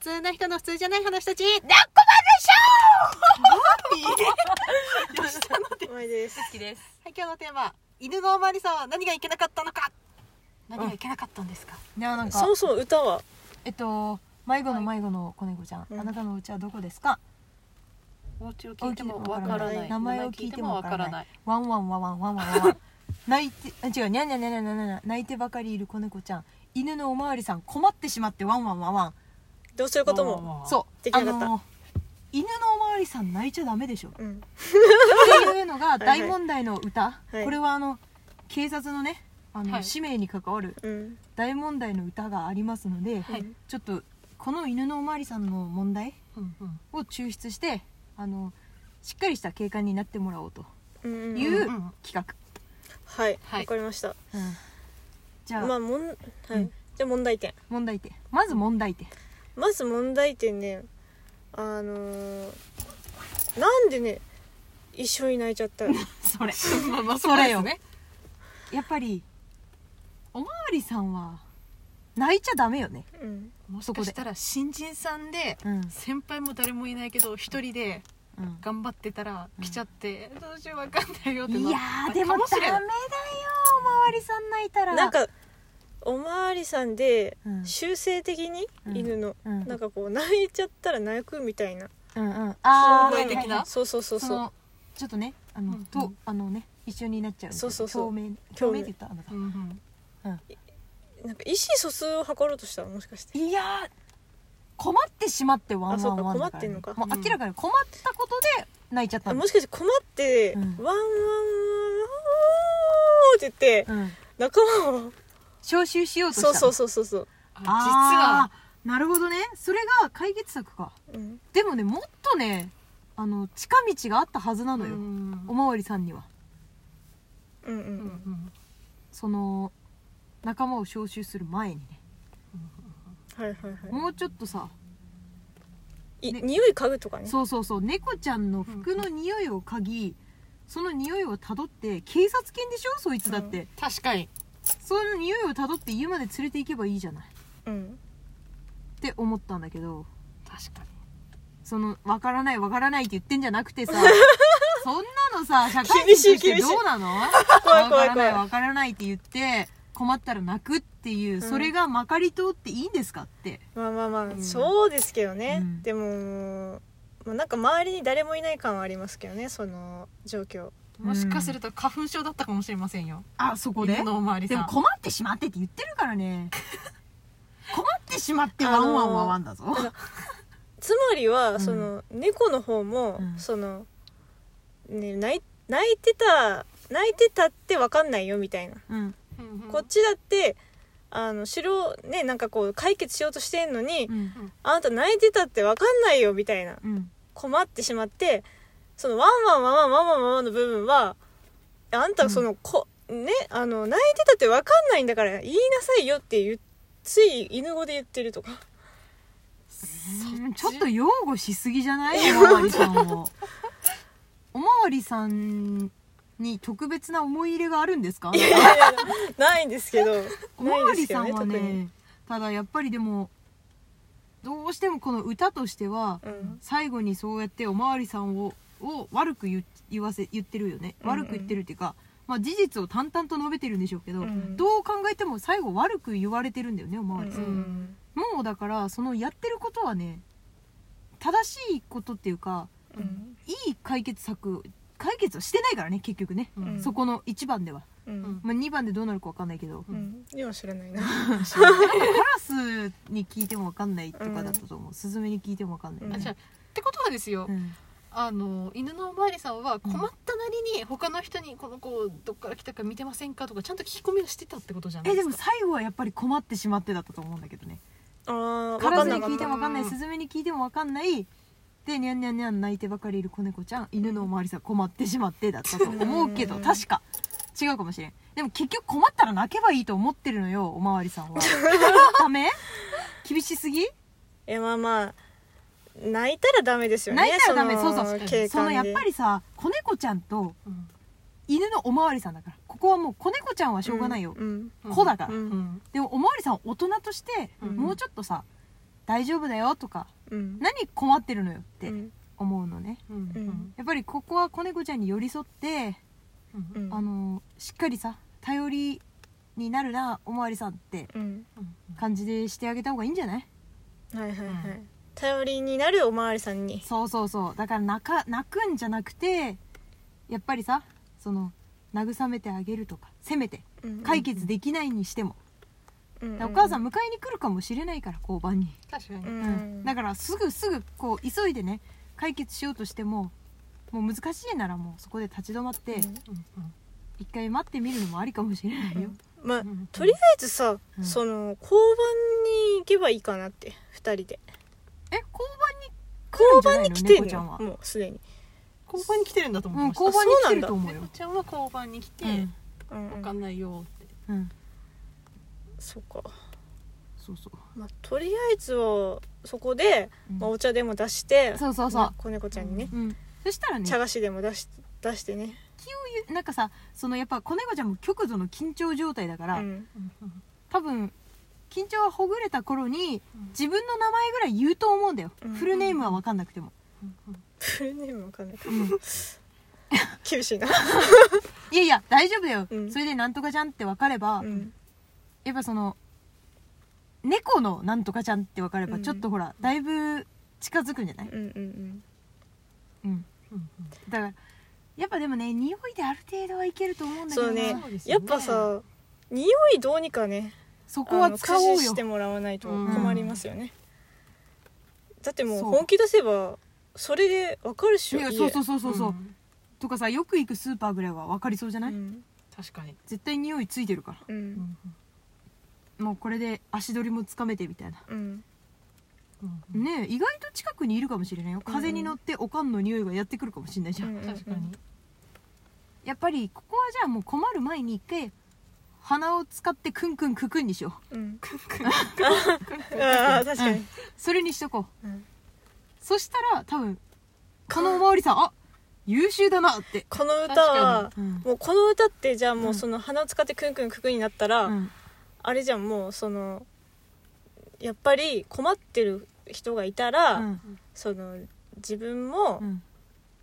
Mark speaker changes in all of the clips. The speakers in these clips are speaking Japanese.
Speaker 1: 通な人の普通じゃない話たち
Speaker 2: ラッコ
Speaker 1: 終わりです
Speaker 2: 好きです
Speaker 1: はい今日のテーマ犬のおまわりさんは何がいけなかったのか何がいけなかったんですか
Speaker 2: ねなんか
Speaker 3: そもそも歌は
Speaker 2: えっと迷子の迷子の子猫ちゃん、
Speaker 3: うん
Speaker 2: あなたの家はどこですか
Speaker 1: お家を聞いても
Speaker 2: お
Speaker 1: わ
Speaker 2: 家
Speaker 1: から
Speaker 3: わから
Speaker 1: な
Speaker 3: ない
Speaker 2: い名前を聞いてもわからない
Speaker 1: い
Speaker 2: ワンワンワンワンワンワンワン 泣いてあ違うにゃんにゃんにゃんにゃんにゃんにゃん泣いてばかりいる子猫ちゃん犬のおまわりさん困ってしまってワンワンワンワン
Speaker 3: どうすることも
Speaker 2: そう
Speaker 3: できなかった
Speaker 2: の犬のおまわりさん泣いちゃダメでしょっ
Speaker 3: うん
Speaker 2: ていうのが
Speaker 3: はいはい
Speaker 2: 大問題の歌
Speaker 3: はい
Speaker 2: これはあの警察のねあの、
Speaker 1: はい
Speaker 2: 使命に関わる
Speaker 3: うん
Speaker 2: 大問題の歌がありますので、
Speaker 1: はい
Speaker 2: ちょっとこの犬のおまわりさんの問題
Speaker 1: うんうん
Speaker 2: を抽出してあのしっかりした警官になってもらおうと
Speaker 3: うんうん
Speaker 2: い
Speaker 1: うん
Speaker 2: う
Speaker 1: うん
Speaker 2: 企画、
Speaker 3: はい
Speaker 1: はい
Speaker 3: わかりました
Speaker 2: うんじゃあ、
Speaker 3: まあもんは
Speaker 2: う
Speaker 3: い
Speaker 2: ん
Speaker 3: じゃあ問題点
Speaker 2: 問題点まず問題点
Speaker 3: まず問題点ねあのーなんでね一緒に泣いちゃった
Speaker 2: それ
Speaker 1: まあまあ
Speaker 2: それよ
Speaker 1: うですね
Speaker 2: やっぱりおまわりさんは泣いちゃダメよね
Speaker 3: うん
Speaker 1: もしかしたら新人さんで
Speaker 2: うん
Speaker 1: 先輩も誰もいないけど一人で
Speaker 2: うん
Speaker 1: 頑張ってたら来ちゃって、どうしようわかんないよって
Speaker 2: い
Speaker 1: な
Speaker 2: やーでも
Speaker 1: か
Speaker 2: ダ
Speaker 1: し
Speaker 2: メだ
Speaker 1: れ
Speaker 2: よ
Speaker 1: ない
Speaker 2: おまわりさん泣いたら
Speaker 3: なんかおまわりさんで
Speaker 2: うん
Speaker 3: 修正的に
Speaker 2: うん
Speaker 3: 犬の
Speaker 2: うん
Speaker 3: なんかこう泣いちゃったら泣くみたいな
Speaker 2: うんうんあー
Speaker 1: 障害的な
Speaker 2: はいはいはい
Speaker 3: そうそうそう
Speaker 2: そ
Speaker 3: そう
Speaker 2: のちょっとねあの、
Speaker 1: うんうん
Speaker 2: とあのね一緒になっちゃうみたいな
Speaker 3: そうそうそう
Speaker 2: 共鳴
Speaker 3: 共
Speaker 2: 共
Speaker 3: 鳴
Speaker 2: 鳴って言ったあなた
Speaker 1: うんうん
Speaker 3: なんか意思疎通を図ろうとしたのもしかして
Speaker 2: いやー困ってしまってワンワンワンだか
Speaker 3: あそうか
Speaker 2: ら、ね、も
Speaker 1: 困ってんのか
Speaker 2: う明らかに困ったことで泣いちゃった
Speaker 3: あ
Speaker 2: の
Speaker 3: もしかして困って、
Speaker 2: うん
Speaker 3: ワンワンワンワンって言って
Speaker 2: うん、
Speaker 3: 仲間を
Speaker 2: 招集しようとした
Speaker 3: そ
Speaker 2: の
Speaker 3: うそうそうそうそう、
Speaker 1: あ
Speaker 2: あーなるほどねそれが解決策か
Speaker 3: うん、
Speaker 2: でもねもっとねあの近道があったはずな
Speaker 1: 実
Speaker 2: の
Speaker 1: は
Speaker 2: よ、
Speaker 1: ん
Speaker 2: おまわりさんには
Speaker 3: うんうんう
Speaker 1: うんうんん
Speaker 2: その仲間を招集する前にね
Speaker 3: はいはいはい
Speaker 2: もうちょっとさ
Speaker 3: い
Speaker 2: ね
Speaker 3: 匂い嗅ぐとかね
Speaker 2: そうそうそう猫ちゃんの服の匂いを嗅ぎその匂いをたどって警察犬でしょそいつだって、
Speaker 1: 確かに
Speaker 2: その匂いをたどって家まで連れて行けばいいじゃない
Speaker 3: うん
Speaker 2: って思ったんだけど
Speaker 1: 確かに
Speaker 2: その「わからないわからない」って言ってんじゃなくて さそんなのさ社会
Speaker 3: 厳し
Speaker 2: 人
Speaker 3: い厳
Speaker 2: として
Speaker 3: しい
Speaker 2: どうなのわ
Speaker 3: 怖い怖い
Speaker 2: から
Speaker 3: 怖
Speaker 2: ないいわからないって言って困ったら泣くっていう、
Speaker 3: ん
Speaker 2: それがまかり通っていいんですかって
Speaker 3: まあまあまあ、
Speaker 1: ん
Speaker 3: そうですけどね、
Speaker 2: うん
Speaker 3: でもまあなんか周りに誰もいない感はありますけどねその状況
Speaker 1: もしかすると花粉症だったかもしれませんよ、
Speaker 2: あそこ
Speaker 1: 犬のおまわり
Speaker 2: で
Speaker 1: さ
Speaker 2: も
Speaker 1: ん
Speaker 2: 困ってしまってって言ってるから ね困ってしまってワンワンワンワンだぞ、
Speaker 3: つまりは、
Speaker 2: ん
Speaker 3: その猫の方も、
Speaker 2: うん
Speaker 3: その、ね、泣い泣いてた泣いてたって分かんないよみたいな、
Speaker 2: うん
Speaker 1: うんうん
Speaker 3: こっちだってあの狩猟ねなんかこう解決しようとしてんのに、
Speaker 2: うん
Speaker 3: あなた泣いてたって分かんないよみたいな
Speaker 2: うん
Speaker 3: 困ってしまってそのワンワンワンワンワンワンワンの部分はあんたそのこ、ねあの泣いてたって分かんないんだから言いなさいよって言うつい犬語で言ってると か
Speaker 2: うんちょっと擁護しすぎじゃないおまわりさんをおまわりさんに特別な思い入れがあるんですか
Speaker 3: いやいやないんですけど
Speaker 2: おま
Speaker 3: な
Speaker 2: わ
Speaker 3: いで
Speaker 2: り
Speaker 3: すけ
Speaker 2: さ
Speaker 3: ど
Speaker 2: ん
Speaker 3: ね
Speaker 2: は
Speaker 3: 特に
Speaker 2: ねただやっぱりでもどうしてもこの歌としては、
Speaker 3: うん
Speaker 2: 最後にそうやっておまわりさんをを悪く言言わせ言ってるよね
Speaker 3: うんうん
Speaker 2: 悪く言ってるっていうか、まあ、事実を淡々と述べてるんでしょうけど、
Speaker 3: うん
Speaker 2: どう考えても最後悪く言われてるんだよねおまわりさん、
Speaker 3: うん
Speaker 2: もうだからそのやってることはね正しいことっていうか
Speaker 3: うん
Speaker 2: いい解決策解決はしてないからね結局ね、
Speaker 1: うん
Speaker 2: そこの1番では、
Speaker 3: うんん
Speaker 2: まあ、2番でどうなるか分かんないけど、
Speaker 3: うん今知らないな
Speaker 2: カラスに聞いても分かんないとかだったと思う、スズメに聞いても分かんない、
Speaker 3: うん
Speaker 1: あじゃあってことはですよ、
Speaker 2: うん
Speaker 1: あの犬のおまわりさんは困ったなりに他の人に「この子どっから来たか見てませんか?」とかちゃんと聞き込みをしてたってことじゃない
Speaker 2: え
Speaker 1: で
Speaker 2: ですも
Speaker 1: か
Speaker 2: 最後はやっぱり困ってしまってだったと思うんだけどね
Speaker 3: あ ー
Speaker 2: カ
Speaker 3: 分かん
Speaker 2: ラス
Speaker 3: な
Speaker 2: に
Speaker 3: か
Speaker 2: 聞
Speaker 3: っ
Speaker 2: いて
Speaker 3: た
Speaker 2: も分かんな
Speaker 1: う
Speaker 2: い
Speaker 1: ん
Speaker 2: スズメに聞いても分かんないでニャンニャンニャン泣いてばかりいる子猫ちゃん犬のおまわりさん困ってしまってだったと思うけど
Speaker 3: うん
Speaker 2: 確か違うかもしれんでも結局困ったら泣けばいいと思ってるのよおまわりさんはダメ厳しすぎ
Speaker 3: えまあまあ泣いたらダメですよね
Speaker 2: 泣いたらダメ
Speaker 3: その
Speaker 2: そうそ
Speaker 3: 警
Speaker 2: う
Speaker 3: 官で
Speaker 2: そのやっぱりさ子猫ちゃんと
Speaker 1: うん
Speaker 2: 犬のおまわりさんだからここはもう子猫ちゃんはしょうがないよ、
Speaker 3: うん
Speaker 2: 子だから、
Speaker 3: うん
Speaker 1: うん
Speaker 2: でもおまわりさんは大人として
Speaker 1: うん
Speaker 2: もうちょっとさ、大丈夫だよとか
Speaker 3: うん
Speaker 2: 何困ってるのよっ
Speaker 3: う
Speaker 2: て
Speaker 3: ん
Speaker 2: 思うのね
Speaker 1: うんうん
Speaker 2: やっぱりここは子猫ちゃんに寄り添って、
Speaker 1: うん
Speaker 3: うん
Speaker 2: あのしっかりさ頼りになるなおまわりさんって
Speaker 3: うん
Speaker 2: 感じでしてあげた方がいいんじゃない
Speaker 3: はいはいはい、
Speaker 1: うん
Speaker 3: 頼りになるおまわりさんに
Speaker 2: そうそうそうだから泣か泣くんじゃなくてやっぱりさその慰めてあげるとかせめて解決できないにしても、
Speaker 3: うん
Speaker 2: だからお母さん迎えに来るかもしれないから交番に、
Speaker 1: 確か
Speaker 3: う
Speaker 1: に
Speaker 3: ん、
Speaker 2: うんだからすぐすぐこう急いでね解決しようとしてももう難しいならもうそこで立ち止まって
Speaker 1: うん
Speaker 2: 一回待ってみるのもありかもしれないよ、
Speaker 3: まあ
Speaker 1: うんうん
Speaker 3: とりあえずさ、
Speaker 2: うん
Speaker 3: その交番に行けばいいかなって2人で
Speaker 2: え交番
Speaker 3: 交
Speaker 2: に
Speaker 3: 番に来てん
Speaker 2: 猫ちゃん
Speaker 3: の
Speaker 2: は
Speaker 3: よもうすでに、
Speaker 1: 交番に来てるんだと思
Speaker 2: う
Speaker 1: い
Speaker 2: ん
Speaker 1: ました
Speaker 2: 交番に来てると思うよ
Speaker 1: 猫ちゃんは交番に来て
Speaker 2: うん
Speaker 3: うん
Speaker 1: わかんないよって
Speaker 2: うん
Speaker 3: そうか、
Speaker 2: そうそう
Speaker 3: まあ、とりあえずはそこで、
Speaker 2: うん
Speaker 3: まあ、お茶でも出して
Speaker 2: そうそう
Speaker 3: ま
Speaker 2: そ
Speaker 3: あ子猫ちゃんにね
Speaker 2: う、うん、そしたらね
Speaker 3: 茶菓子でも出し出してね、
Speaker 2: 気をゆなんかさそのやっぱ子猫ちゃんも極度の緊張状態だか
Speaker 3: う
Speaker 2: ら、
Speaker 3: ん、
Speaker 1: うんうん
Speaker 2: 多分緊張がほぐれた頃に
Speaker 1: うん
Speaker 2: 自分の名前ぐらい言うと思うんだよ、
Speaker 3: うん
Speaker 2: フルネームは分かんなくても、
Speaker 1: うんうん
Speaker 3: フルネームわかんない
Speaker 2: うん
Speaker 3: 厳しいな、
Speaker 2: いやいや大丈夫だよ、
Speaker 3: うん
Speaker 2: それでなんとかちゃんって分かれば、
Speaker 3: うん
Speaker 2: やっぱその猫のなんとかちゃんって分かれば
Speaker 3: うん
Speaker 2: ちょっとほら、だいぶ近づくんじゃない、
Speaker 3: うんうん
Speaker 2: うん、
Speaker 1: うん
Speaker 2: だからやっぱでもね匂いである程度はいけると思うん
Speaker 3: うん、
Speaker 2: だけど
Speaker 3: そ
Speaker 2: な
Speaker 3: うね
Speaker 1: そうですよ
Speaker 3: やっ
Speaker 1: ね
Speaker 3: ぱさ匂いどうにかね
Speaker 2: そこ
Speaker 3: あ
Speaker 2: は
Speaker 3: の
Speaker 2: 使お
Speaker 3: 駆
Speaker 2: う
Speaker 3: 使
Speaker 2: よ
Speaker 3: してもらわないと困りますよね、だってもう
Speaker 2: そう
Speaker 3: 本気出せばそれでわかるっしょ
Speaker 2: いや
Speaker 3: 家
Speaker 2: そうそうそうそうそう、
Speaker 1: ん
Speaker 2: とかさよく行くスーパーぐらいは分かりそうじゃない、
Speaker 3: うん
Speaker 1: 確かに
Speaker 2: 絶対匂いついてるから
Speaker 3: う
Speaker 1: うんん
Speaker 2: もうこれで足取りもつかめてみたいな
Speaker 3: うん
Speaker 1: うんうん
Speaker 2: ねえ意外と近くにいるかもしれないよ風に乗っておかんの匂いがやってくるかもしれないじゃん、
Speaker 3: うん
Speaker 1: 確かに
Speaker 2: やっぱりここはじゃあもう困る前に一回鼻を使ってクンクンククンにしよ
Speaker 3: うん
Speaker 1: 確
Speaker 3: ああ確かに、
Speaker 2: うそれにしとこう、
Speaker 3: うん
Speaker 2: そしたら多分このおまわりさんあ優秀だなって、
Speaker 3: この歌は
Speaker 2: うん
Speaker 3: もうこの歌ってじゃあもうんうその鼻を使ってクンクンククンになったら、
Speaker 2: うん
Speaker 3: あれじゃんもうそのやっぱり困ってる人がいたら、
Speaker 2: うん
Speaker 3: その自分も
Speaker 2: うん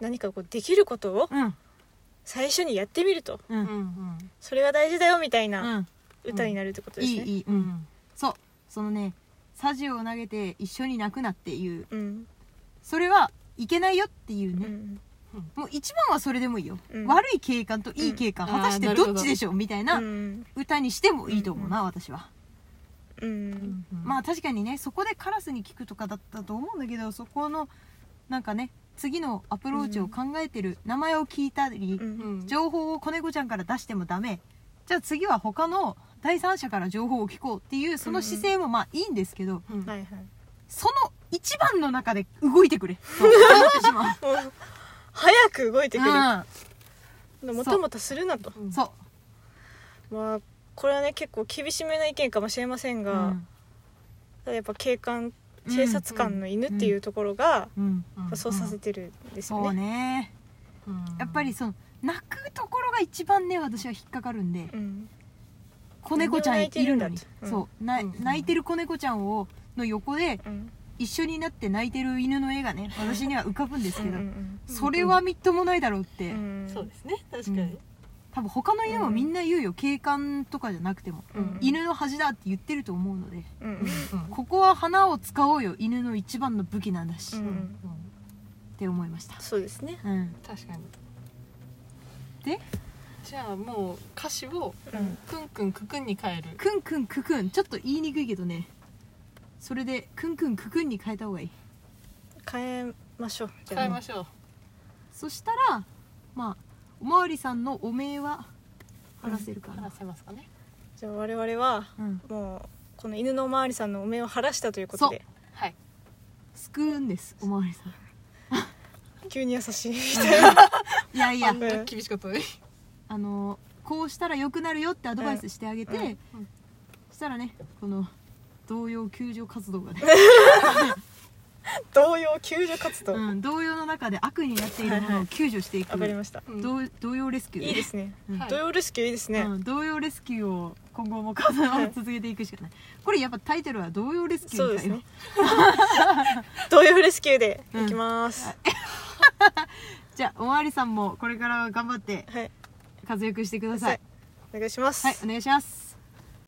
Speaker 3: 何かこうできることを
Speaker 2: うん
Speaker 3: 最初にやってみると
Speaker 2: うん
Speaker 1: うんうん
Speaker 3: それが大事だよみたいな
Speaker 2: うん
Speaker 3: 歌になるってことで
Speaker 2: い
Speaker 3: す
Speaker 2: い
Speaker 3: ね、
Speaker 2: いい、うん、そうそのねサジを投げて一緒に泣くなっていう
Speaker 3: うん
Speaker 2: それはいけないよっていう
Speaker 3: う
Speaker 2: ね、
Speaker 3: ん
Speaker 2: もう一番はそれでもいいよ、
Speaker 3: うん
Speaker 2: 悪い警官といい警官、
Speaker 1: うん
Speaker 2: 果たして
Speaker 1: あーなる
Speaker 2: ど
Speaker 1: ほど
Speaker 2: っちでしょうみたい
Speaker 3: うんう
Speaker 2: なん歌にしてもいいと思うな、私は、
Speaker 3: う
Speaker 1: うんんうん
Speaker 2: まあ確かにねそこでカラスに聞くとかだったと思うんだけどそこのなんかね次のアプローチを考えてる、名前を聞いたり、
Speaker 3: う
Speaker 1: うんん
Speaker 2: 情報を子猫ちゃんから出してもダメじゃあ次は他の第三者から情報を聞こうっていうその姿勢もまあいいんですけど、
Speaker 1: うん
Speaker 3: はいはい
Speaker 2: その一番の中で動いてくれと思ってしまう
Speaker 3: もう早く動いてくれ
Speaker 2: う
Speaker 3: るもたもたするなと
Speaker 1: うん
Speaker 2: ん、そう
Speaker 3: まあこれはね結構厳しめな意見かもしれません
Speaker 2: う
Speaker 3: が
Speaker 2: ん
Speaker 3: ただやっぱ警官警察官の犬っていうところが
Speaker 2: うん、
Speaker 1: うん
Speaker 3: そうさせてるんです
Speaker 2: そ
Speaker 3: よ
Speaker 2: う
Speaker 3: ね
Speaker 2: ね
Speaker 1: うん
Speaker 2: やっぱりその泣くところが一番ね私は引っかかるんで
Speaker 3: うん
Speaker 2: 子猫ちゃんいるのに
Speaker 3: うん
Speaker 2: そうな
Speaker 1: うんうん
Speaker 2: 泣いてる子猫ちゃんをの横で
Speaker 3: うん
Speaker 2: 一緒になって泣いてる犬の絵が ね私には浮かぶんです
Speaker 3: う
Speaker 2: け
Speaker 3: ん
Speaker 2: ど
Speaker 3: うん
Speaker 2: それはみっともないだろうっ
Speaker 3: う
Speaker 2: て
Speaker 3: ん
Speaker 1: そうですね確かに
Speaker 2: 多分他の犬もみんな言うよ警官とかじゃなくても
Speaker 3: うん
Speaker 2: 犬の恥だって言ってると思うので
Speaker 3: うん
Speaker 1: うん
Speaker 2: ここは花を使おうよ犬の一番の武器なんだし
Speaker 3: う
Speaker 2: っ
Speaker 3: ん
Speaker 1: うん
Speaker 2: て思いました
Speaker 3: そうですね
Speaker 2: うん
Speaker 1: 確かに
Speaker 2: で
Speaker 1: じゃあもう歌詞を
Speaker 3: うん
Speaker 1: くんくんくくんに変える
Speaker 2: クンクンククンちょっと言いにくいけどねそれでクンクンククンに変えた方がいい
Speaker 3: 変えましょうじゃあ
Speaker 1: 変えましょう
Speaker 2: そしたらまあおまわりさんのお名は晴らせるかな
Speaker 1: 話、せますかね
Speaker 3: じゃあ我々は
Speaker 2: うん、
Speaker 3: もうこの犬のおまわりさんのお目を晴らしたということで
Speaker 1: はい
Speaker 2: 救うんですおまわりさん
Speaker 3: 急に優しいみたいない
Speaker 2: やいや
Speaker 1: あんな厳しかったね
Speaker 2: あのこうしたら良くなるよってアドバイスしてあげて、
Speaker 3: うん
Speaker 1: うん
Speaker 2: そしたらねこの同様救助活動がね
Speaker 3: 同様救助活動わ、
Speaker 2: うん、同様の中で悪になっているものを救助していく
Speaker 3: かりました
Speaker 1: うん
Speaker 2: 同同様レスキュー
Speaker 3: いいですね
Speaker 2: うん
Speaker 1: はい
Speaker 3: 同様レスキューいいですね、
Speaker 2: うん、同様レスキューを今後も数を
Speaker 3: はい
Speaker 2: 続けていくしかない、これやっぱタイトルは同様レスキューみたいな、
Speaker 3: そう 同様レスキューでいきます、
Speaker 2: じゃあおまわりさんもこれから頑張って
Speaker 3: はい
Speaker 2: 活躍してください
Speaker 3: お願いします、
Speaker 2: はいお願いします